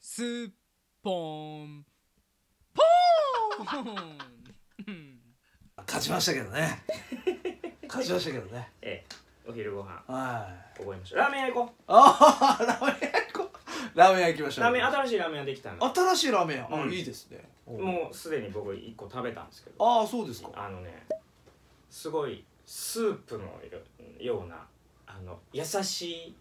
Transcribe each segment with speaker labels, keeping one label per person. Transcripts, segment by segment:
Speaker 1: スッポンポーンうん
Speaker 2: 勝ちましたけど ね勝ちましたけどね
Speaker 3: ええお昼ご飯
Speaker 2: はい
Speaker 3: 覚えましたラーメン屋行こ
Speaker 2: ああラーメン屋行こうラーメン屋行きまし
Speaker 3: う
Speaker 2: ょう
Speaker 3: ラーメン新しいラーメン屋できたんで
Speaker 2: 新しいラーメン屋、あ
Speaker 3: うん
Speaker 2: いいですね
Speaker 3: もうすでに僕1個食べたんですけど
Speaker 2: ああそうですか
Speaker 3: あのねすごいスープのようなあの優し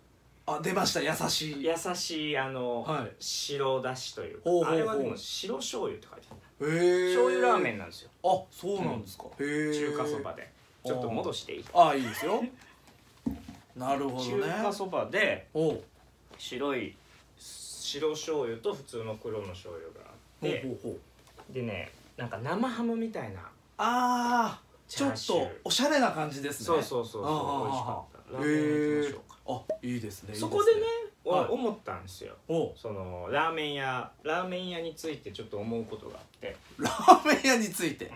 Speaker 2: あ出ました優し
Speaker 3: い
Speaker 2: いへ
Speaker 3: 優しいあの、
Speaker 2: はい
Speaker 3: 白だしというか
Speaker 2: ほうほうほう
Speaker 3: あれはでも白醤油って書いてある
Speaker 2: え
Speaker 3: 醤油ラーメンなんですよ
Speaker 2: あそうなんですか、へえ
Speaker 3: 中華そばでちょっと戻していい
Speaker 2: ああいい ですよなるほど
Speaker 3: 中
Speaker 2: ね
Speaker 3: 華そばで
Speaker 2: おう
Speaker 3: 白い白醤油と普通の黒の醤油があ
Speaker 2: ほう
Speaker 3: って
Speaker 2: ほうほう
Speaker 3: でねなんか生ハムみたいな
Speaker 2: ああ
Speaker 3: チ
Speaker 2: ちょ
Speaker 3: ャー
Speaker 2: っ
Speaker 3: シュー
Speaker 2: とおしゃれな感じですね
Speaker 3: そうそうそうそう美味しか
Speaker 2: あ
Speaker 3: っ
Speaker 2: あ
Speaker 3: たラ
Speaker 2: ああ
Speaker 3: ーメン行きましょうか
Speaker 2: あいいですね
Speaker 3: そこでね
Speaker 2: はい
Speaker 3: わ思ったんですよ
Speaker 2: おう
Speaker 3: そのラーメン屋ラーメン屋についてちょっと思うことがあって、
Speaker 2: ラーメン屋について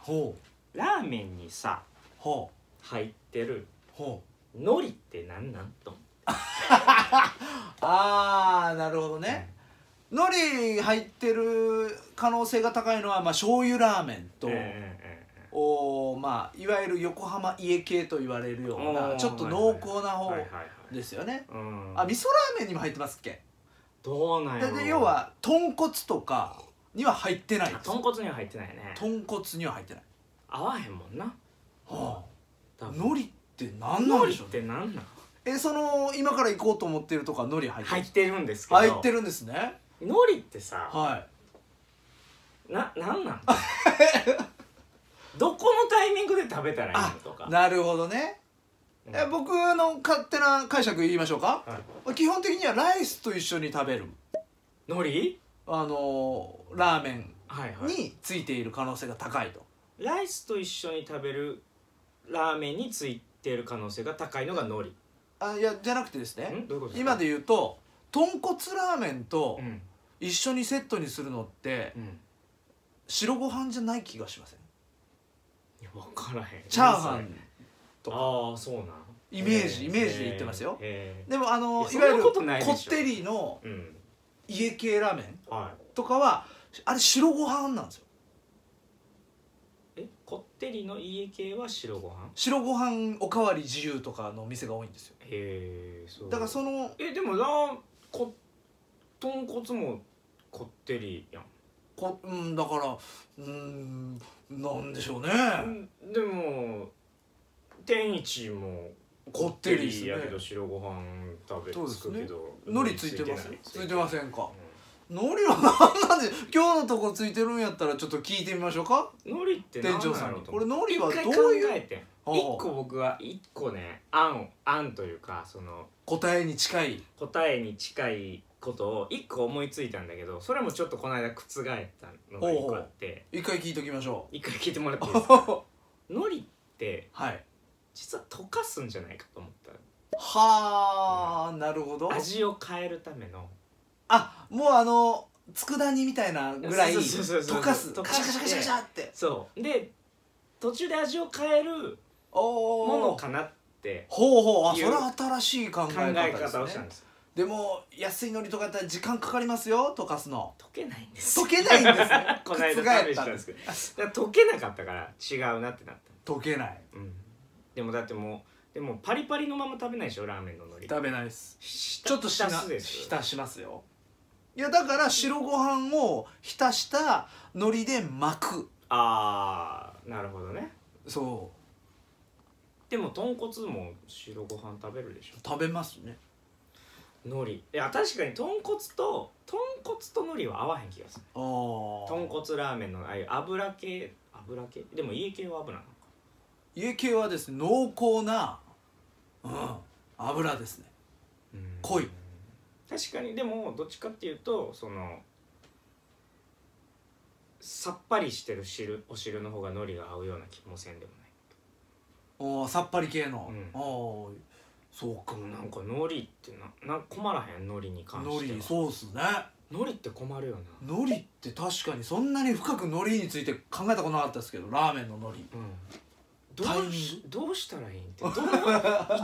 Speaker 2: ほう
Speaker 3: ラーメンにさ
Speaker 2: ほう
Speaker 3: 入ってる
Speaker 2: ほう
Speaker 3: 海苔ってなんなんと思
Speaker 2: ああなるほど
Speaker 3: って
Speaker 2: ね海苔入ってる可能性が高いのはまあ醤油ラーメンと、
Speaker 3: うんうんうんうん
Speaker 2: おーまあいわゆる横浜家系と言われるよう
Speaker 3: お
Speaker 2: な
Speaker 3: ー
Speaker 2: ちょっと濃厚な方
Speaker 3: はいはいはい
Speaker 2: ですよね、
Speaker 3: うん
Speaker 2: あ味噌ラーメンにも入ってますっけ
Speaker 3: どうなんや
Speaker 2: だ
Speaker 3: ろ
Speaker 2: っ
Speaker 3: う
Speaker 2: て要は豚骨とかには入ってないん
Speaker 3: あ
Speaker 2: です
Speaker 3: 豚骨には入ってないね
Speaker 2: 豚骨には入ってない、
Speaker 3: 合わへんもんな
Speaker 2: は
Speaker 3: 多
Speaker 2: あ、
Speaker 3: 分
Speaker 2: 海苔って何なんで
Speaker 3: 海
Speaker 2: し
Speaker 3: 苔
Speaker 2: ょうね
Speaker 3: ってなんなん
Speaker 2: えその今から行こうと思ってるとか海苔入って
Speaker 3: 入
Speaker 2: る
Speaker 3: ってるんですけど
Speaker 2: 入ってるんですね
Speaker 3: 海苔ってさ
Speaker 2: は
Speaker 3: ななんなんどこのタイミングで食べたらいいのとか
Speaker 2: いなるほどねえ僕の勝手な解釈言いましょうか
Speaker 3: はい
Speaker 2: 基本的にはライスと一緒に食べる
Speaker 3: 海苔
Speaker 2: あのーラーメン
Speaker 3: はいはい
Speaker 2: についている可能性が高いと
Speaker 3: ライスと一緒に食べるラーメンについてる可能性が高いのが海苔
Speaker 2: あいやじゃなくてですね
Speaker 3: んどういうことすか
Speaker 2: 今で言うと豚骨ラーメンと
Speaker 3: うん
Speaker 2: 一緒にセットにするのって
Speaker 3: うん
Speaker 2: 白ご飯じゃない気がしません
Speaker 3: いや分からへん
Speaker 2: チャーハンと
Speaker 3: と
Speaker 2: か
Speaker 3: かああそうなん
Speaker 2: イメージ
Speaker 3: へ
Speaker 2: イメージで言ってますよ
Speaker 3: へ
Speaker 2: でもあの
Speaker 3: い
Speaker 2: いわ
Speaker 3: や
Speaker 2: ゆ
Speaker 3: そん
Speaker 2: る
Speaker 3: なことないでし
Speaker 2: こ
Speaker 3: ょ
Speaker 2: ってりの
Speaker 3: えうん
Speaker 2: 家系ラーメン
Speaker 3: は
Speaker 2: とかはあれ白ご飯なんですよ
Speaker 3: いえこってりの家系は白ご飯
Speaker 2: 白ご飯おかわり自由とかのお店が多いんですよ
Speaker 3: へえそう
Speaker 2: だからその
Speaker 3: えでもラーこ豚骨もこってりやん
Speaker 2: こうんだからうんなんでしょうね
Speaker 3: うんでも天一も
Speaker 2: こってりですね
Speaker 3: やけど白ご飯食べ
Speaker 2: そうです
Speaker 3: 作
Speaker 2: ね
Speaker 3: るけど
Speaker 2: 海苔ついてます
Speaker 3: ない
Speaker 2: ついてませんか
Speaker 3: う
Speaker 2: 海苔は何なんで今日のとこついてるんやったらちょっと聞いてみましょうか
Speaker 3: ん海苔って
Speaker 2: 店
Speaker 3: 何
Speaker 2: 長
Speaker 3: な
Speaker 2: さん
Speaker 3: の
Speaker 2: に
Speaker 3: と
Speaker 2: これ
Speaker 3: 思って
Speaker 2: 海苔は
Speaker 3: 一回
Speaker 2: ど
Speaker 3: 考
Speaker 2: うい
Speaker 3: え
Speaker 2: う
Speaker 3: て
Speaker 2: ほ
Speaker 3: ん
Speaker 2: うほう
Speaker 3: 一個僕は一個ね案案というかその
Speaker 2: 答えに近い
Speaker 3: 答えに近いことを一個思いついたんだけどそれもちょっとこの間覆ったのが一個あって
Speaker 2: 一回聞いときましょ
Speaker 3: 一回聞いてもらっていいですか
Speaker 2: う
Speaker 3: 海苔って
Speaker 2: はい
Speaker 3: 実は溶かすんじゃないかと思った
Speaker 2: はあなるほど
Speaker 3: 味を変えるための
Speaker 2: あもうあの佃煮みたいなぐらい
Speaker 3: そうそうそうそう
Speaker 2: 溶かす
Speaker 3: 溶
Speaker 2: カ
Speaker 3: か
Speaker 2: シ
Speaker 3: し
Speaker 2: ャ
Speaker 3: て
Speaker 2: カシャカシャカシャって
Speaker 3: そうで途中で味を変える
Speaker 2: お
Speaker 3: も
Speaker 2: ー
Speaker 3: のかなって
Speaker 2: ほうほうあそ
Speaker 3: いう
Speaker 2: れは新しい考
Speaker 3: 考
Speaker 2: え
Speaker 3: え
Speaker 2: 方です
Speaker 3: 方をしたん
Speaker 2: ね
Speaker 3: です
Speaker 2: でも安い海苔とかやったら時間かかりますよ溶かすの
Speaker 3: 溶けないんです
Speaker 2: 溶けないんです ね
Speaker 3: この間試
Speaker 2: 覆
Speaker 3: したんですけどだから溶けなかったから違うなってなっ
Speaker 2: 溶けない
Speaker 3: た、うん、でもだってもうでもパリパリのまま食べないでしょラーメンの海苔
Speaker 2: 食べないです
Speaker 3: ち
Speaker 2: ちょっと
Speaker 3: 浸
Speaker 2: 浸
Speaker 3: す
Speaker 2: す
Speaker 3: です
Speaker 2: 浸しますよいやだから白ご飯を浸した海苔で巻く
Speaker 3: ああなるほどね
Speaker 2: そ
Speaker 3: でも豚骨も白ご飯食べるでしょ
Speaker 2: う食べますね
Speaker 3: 海苔いや確かに豚骨と豚骨と海苔は合わへん気がする
Speaker 2: ああ
Speaker 3: 豚骨ラーメンのああいう油系油系でも家系は油なのか
Speaker 2: 家系はですね濃厚な、うん、油ですね濃い
Speaker 3: 確かにでもどっちかっていうとそのさっぱりしてる汁お汁の方が海苔が合うような気もせんでもない
Speaker 2: おーさっぱり系の、
Speaker 3: うん
Speaker 2: おーそうか
Speaker 3: でもなんか海苔ってななんか困らへん海苔に関して
Speaker 2: 海苔
Speaker 3: は
Speaker 2: そうっすね
Speaker 3: 海苔って困るよ
Speaker 2: 海苔って確かにそんなに深く海苔について考えたことなかったですけどラーメンの海苔
Speaker 3: な、うん、ど
Speaker 2: タイ
Speaker 3: う
Speaker 2: ミ
Speaker 3: しどうしたらいいんってどうい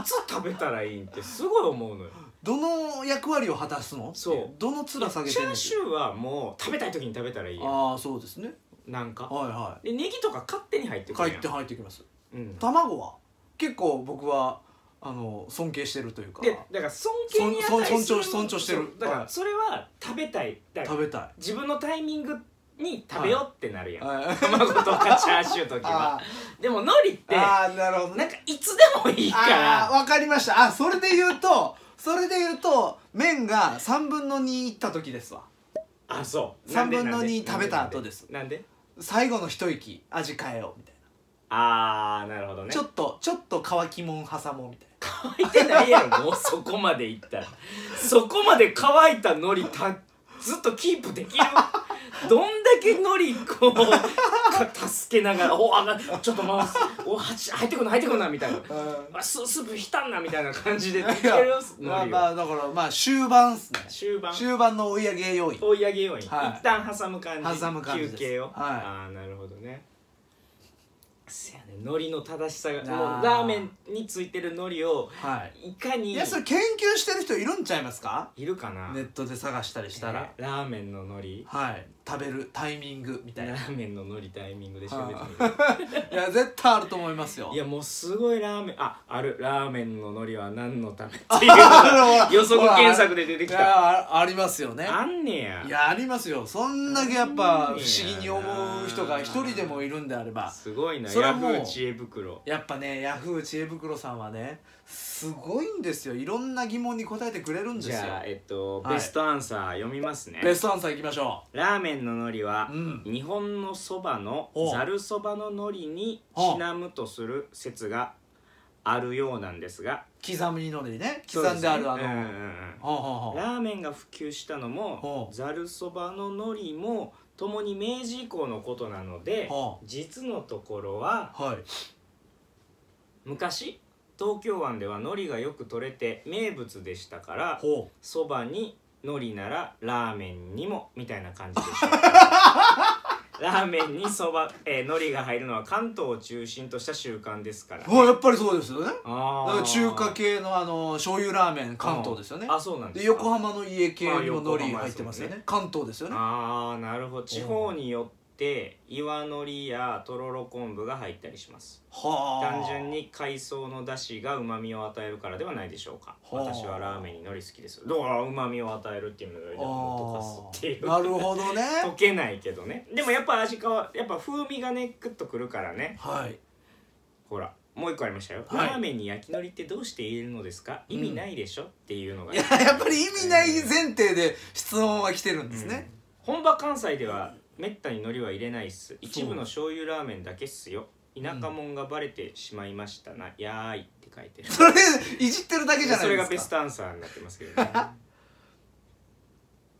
Speaker 3: つ食べたらいいんってすごい思うのよ
Speaker 2: どの役割を果たすの
Speaker 3: そう
Speaker 2: どの面下げ
Speaker 3: チ
Speaker 2: て
Speaker 3: ャ
Speaker 2: んの
Speaker 3: ーシューはもう食べたい時に食べたらいいやん
Speaker 2: ああそうですね
Speaker 3: なんか
Speaker 2: はいは
Speaker 3: でネギとか勝手に入って
Speaker 2: い
Speaker 3: くる
Speaker 2: 帰
Speaker 3: やん
Speaker 2: って入ってきます
Speaker 3: うん、
Speaker 2: 卵は結構僕はあの尊敬してるというか
Speaker 3: でだから尊敬に値する
Speaker 2: 尊尊重し尊重してる
Speaker 3: そうだか
Speaker 2: は
Speaker 3: ら
Speaker 2: い
Speaker 3: それは食べたいだから
Speaker 2: 食べたい
Speaker 3: 自分のタイミングに食べようってなるやん、
Speaker 2: はい
Speaker 3: 卵とかチャーシューときは
Speaker 2: あ
Speaker 3: でも海苔って
Speaker 2: ーあーなるほど
Speaker 3: な
Speaker 2: ね
Speaker 3: んかいつでもいいか
Speaker 2: ああ
Speaker 3: ら
Speaker 2: わかりましたあそれで言うとそれで言うと麺が3分の2いった時ですわ
Speaker 3: あそう
Speaker 2: 三分の二食べた後です
Speaker 3: なんで
Speaker 2: 最後の一息味変えようみたい
Speaker 3: ああなるほど
Speaker 2: な、
Speaker 3: ね
Speaker 2: ちょっとちょっと乾きもん挟もうみたいな
Speaker 3: 乾いてないやろもうそこまでいったらそこまで乾いた海苔たずっとキープできるどんだけ海苔こうか助けながら「おあなちょっと回すおはち入ってくんな入ってくんな」みたいな「あススープ浸んな」みたいな感じでできるよ海苔を、
Speaker 2: まあまあだからまあ終盤っすね
Speaker 3: 終盤
Speaker 2: 終盤の追い上げ要因
Speaker 3: 追い上げように、
Speaker 2: はい
Speaker 3: 一旦挟む感じ
Speaker 2: 挟む感じです
Speaker 3: 休憩を、
Speaker 2: はい
Speaker 3: ああなるほどねせやね海苔の正しさが
Speaker 2: あー
Speaker 3: もうラーメンについてる海苔を
Speaker 2: はい
Speaker 3: いかに
Speaker 2: いやそれ研究してる人いるんちゃいますか
Speaker 3: いるかな
Speaker 2: ネットで探したりしたら、
Speaker 3: えラーメンの海苔
Speaker 2: はい食べるタイミングみたいな
Speaker 3: ラ
Speaker 2: い
Speaker 3: ーメンの海苔タイミングで調べてみ
Speaker 2: や絶対あると思いますよ
Speaker 3: るいやもうすごいラーメンああるラーメンの海苔は何のためっていうのが
Speaker 2: あ
Speaker 3: 予測検索で出て
Speaker 2: い
Speaker 3: きた
Speaker 2: やあありますよね
Speaker 3: あんねや
Speaker 2: いやありますよそんだけやっぱ不思議に思う人が一人でもいるんであれば
Speaker 3: すごいな
Speaker 2: それは
Speaker 3: ヤフ
Speaker 2: もう
Speaker 3: ー知恵袋
Speaker 2: やっぱねヤフー知恵袋さんはねすごいんですよいろんな疑問に答えてくれるんです
Speaker 3: じ
Speaker 2: よ
Speaker 3: ゃあえっと、
Speaker 2: はい
Speaker 3: ベストアンサー読みますね
Speaker 2: ベストアンサーいきましょ
Speaker 3: ラーメンの海苔は、
Speaker 2: うん
Speaker 3: 日本のそばの
Speaker 2: お
Speaker 3: ざるそばの海苔にちなむとする説があるようなんですが
Speaker 2: う刻みのりね刻んであるあ
Speaker 3: そうすねうんう
Speaker 2: の
Speaker 3: ん
Speaker 2: ほうほ
Speaker 3: うん
Speaker 2: うほ
Speaker 3: ラーメンが普及したのも
Speaker 2: お
Speaker 3: ざるそばの海苔もともに明治以降のことなので
Speaker 2: お
Speaker 3: 実のところは
Speaker 2: うはい
Speaker 3: 昔東京湾では海苔がよく取れて名物でしたから
Speaker 2: ほ
Speaker 3: そばに海苔ならラーメンにもみたいな感じでし ょうラーメンにそば、えー、海苔が入るのは関東を中心とした習慣ですから
Speaker 2: うほうやっぱりそうですよねだか
Speaker 3: あ
Speaker 2: ら
Speaker 3: ー
Speaker 2: 中華系のあの醤油ラーメン関東ですよね
Speaker 3: あそうなんで
Speaker 2: です
Speaker 3: か
Speaker 2: 横浜の家系の海苔
Speaker 3: まあ横浜
Speaker 2: 入
Speaker 3: で
Speaker 2: っ
Speaker 3: す
Speaker 2: て
Speaker 3: もんね
Speaker 2: ますよね関東ですよね
Speaker 3: ああなるほど地方によって岩海苔やとろろ昆布が入ったりします
Speaker 2: はあ
Speaker 3: 単純に海藻の出汁がうまみを与えるからではないでしょうか
Speaker 2: はあ
Speaker 3: 私はラーメンに海苔好きですどううまみを与えるっていうので
Speaker 2: あ
Speaker 3: 溶かすってい
Speaker 2: ー
Speaker 3: う
Speaker 2: なるほどね
Speaker 3: 溶けないけどねでもやっぱ味変わやっぱ風味がねグッとくるからね
Speaker 2: はい
Speaker 3: ほらもう一個ありましたよ、
Speaker 2: はい
Speaker 3: ラーメンに焼き海苔ってどうして入れるのですか意味ないでしょ、っていうのが
Speaker 2: いややっぱり意味ない前提で質問は来てるんですね、
Speaker 3: 本場関西ではめったに海苔は入れないっす一部の醤油ラーメンだけっすよ田舎もんがバレてしまいましたな、やーいって書いてる
Speaker 2: それいじってるだけじゃな
Speaker 3: そ
Speaker 2: い
Speaker 3: れ
Speaker 2: で
Speaker 3: が
Speaker 2: す
Speaker 3: ベ
Speaker 2: か
Speaker 3: ストアンサーになってますけ どね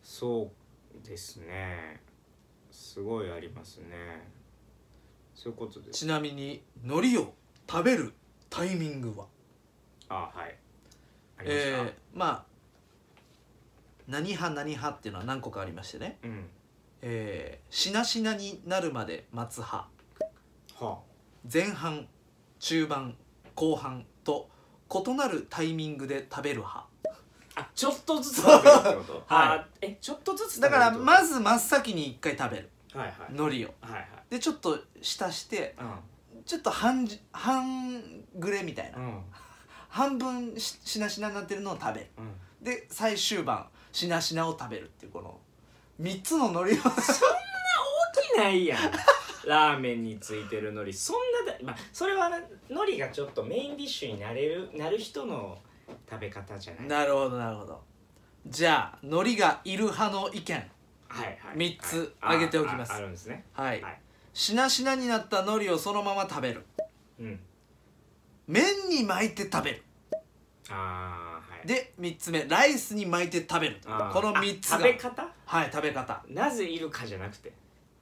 Speaker 3: そうですねすごいありますねそういうことです
Speaker 2: ちなみに海苔を食べるタイミングは
Speaker 3: あはいありました、
Speaker 2: えー、まあ何派何派っていうのは何個かありましてね
Speaker 3: うん
Speaker 2: えー、しなしなになるまで待つ派
Speaker 3: は
Speaker 2: 前半中盤後半と異なるタイミングで食べる派
Speaker 3: ああちょっとずつ食べるってこと
Speaker 2: はい
Speaker 3: あえちょっとずつ食べ
Speaker 2: だ
Speaker 3: るっ
Speaker 2: から
Speaker 3: てこと
Speaker 2: まず真っ先に一回食べる
Speaker 3: はいはい
Speaker 2: 海苔を
Speaker 3: はいはい
Speaker 2: でちょっと浸して
Speaker 3: う
Speaker 2: ちょっと半じ半グレみたいなん
Speaker 3: うん
Speaker 2: 半分ししなしなになってるのを食べる
Speaker 3: うん
Speaker 2: で最終盤しなしなを食べるっていうこの3つの海苔を
Speaker 3: きないやんラーメンについてる海苔そんなだ、まあ、それはな海苔がちょっとメインディッシュになれるなる人の食べ方じゃない
Speaker 2: なるほどなるほどじゃあ海苔がいる派の意見
Speaker 3: はいはい
Speaker 2: 三つ
Speaker 3: はい
Speaker 2: 挙げておきます
Speaker 3: あああるんですね
Speaker 2: はい、
Speaker 3: はい
Speaker 2: しなしなになった海苔をそのまま食べる
Speaker 3: うん
Speaker 2: 麺に巻いて食べる
Speaker 3: ああはい
Speaker 2: で3つ目ライスに巻いて食べる
Speaker 3: あー
Speaker 2: この3つ
Speaker 3: あ
Speaker 2: が
Speaker 3: 食べ方
Speaker 2: はい食べ方
Speaker 3: なぜいるかじゃなくて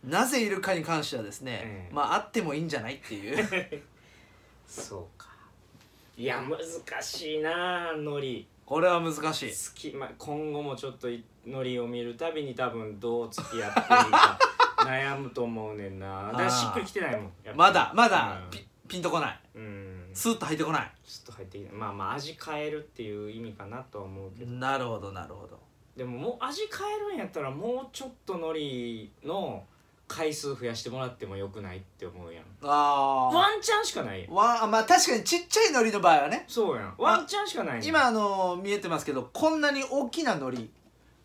Speaker 2: なぜいるかに関してはですね、
Speaker 3: ええ
Speaker 2: まああってもいいんじゃないっていう
Speaker 3: そうかいや難しいな海苔
Speaker 2: これは難しい
Speaker 3: 好き、まあ、今後もちょっとい海苔を見るたびに多分どう付き合っていいか 悩むと思うねんなだからしっくりきてないもんやっぱり
Speaker 2: まだまだ
Speaker 3: うん
Speaker 2: ピ,、ピンとこない
Speaker 3: うん
Speaker 2: スッと入ってこない
Speaker 3: ちょっと入ってきないまあまあ味変えるっていう意味かなとは思うけど
Speaker 2: なるほどなるほど
Speaker 3: でももう味変えるんやったらもうちょっと海苔の回数増やしてもらってもよくないって思うやん
Speaker 2: あ
Speaker 3: ワンチャンしかないやん
Speaker 2: あわまあ確かにちっちゃい海苔の場合はね
Speaker 3: そうやんワンチャンしかないやん
Speaker 2: 今あのー見えてますけどこんなに大きな海苔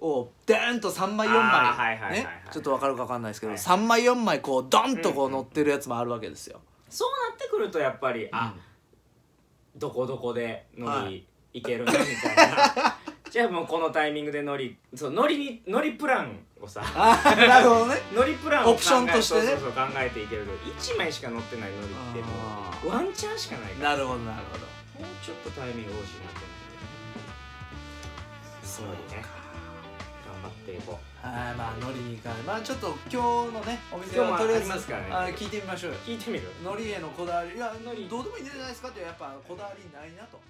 Speaker 2: をデーンと3枚4
Speaker 3: あーは
Speaker 2: 枚
Speaker 3: いはいはいはい
Speaker 2: ねちょっとわかるかわかんないですけど
Speaker 3: はい
Speaker 2: 3枚4枚こうドンとこ
Speaker 3: う
Speaker 2: うん
Speaker 3: うん
Speaker 2: 乗ってるやつもあるわけですよ
Speaker 3: そうなってくるとやっぱりあ、どこどこで海
Speaker 2: は
Speaker 3: 苔いけるなみたいなじゃあもうこのタイミングで海苔そう海苔に海苔プランをさ
Speaker 2: あーなるほどね
Speaker 3: 海苔プランを考え
Speaker 2: オプションとしてね
Speaker 3: そうそうそう考えていけるけど1枚しか乗ってない海苔って
Speaker 2: あ
Speaker 3: もうワンチャンしかない
Speaker 2: ー
Speaker 3: から
Speaker 2: なるほどなるほど
Speaker 3: もうちょっとタイミング欲しいなと思ってすごいね頑張っていこう
Speaker 2: はいまあ海苔に関まあちょっと今日のねお店
Speaker 3: 今日
Speaker 2: は
Speaker 3: も
Speaker 2: とりあえ
Speaker 3: あります
Speaker 2: ず
Speaker 3: からね
Speaker 2: あー聞いてみましょうよ
Speaker 3: 聞いてみる
Speaker 2: 海苔へのこだわりいや
Speaker 3: 海苔
Speaker 2: どうでもいいんじゃないですかってやっぱこだわりないなと。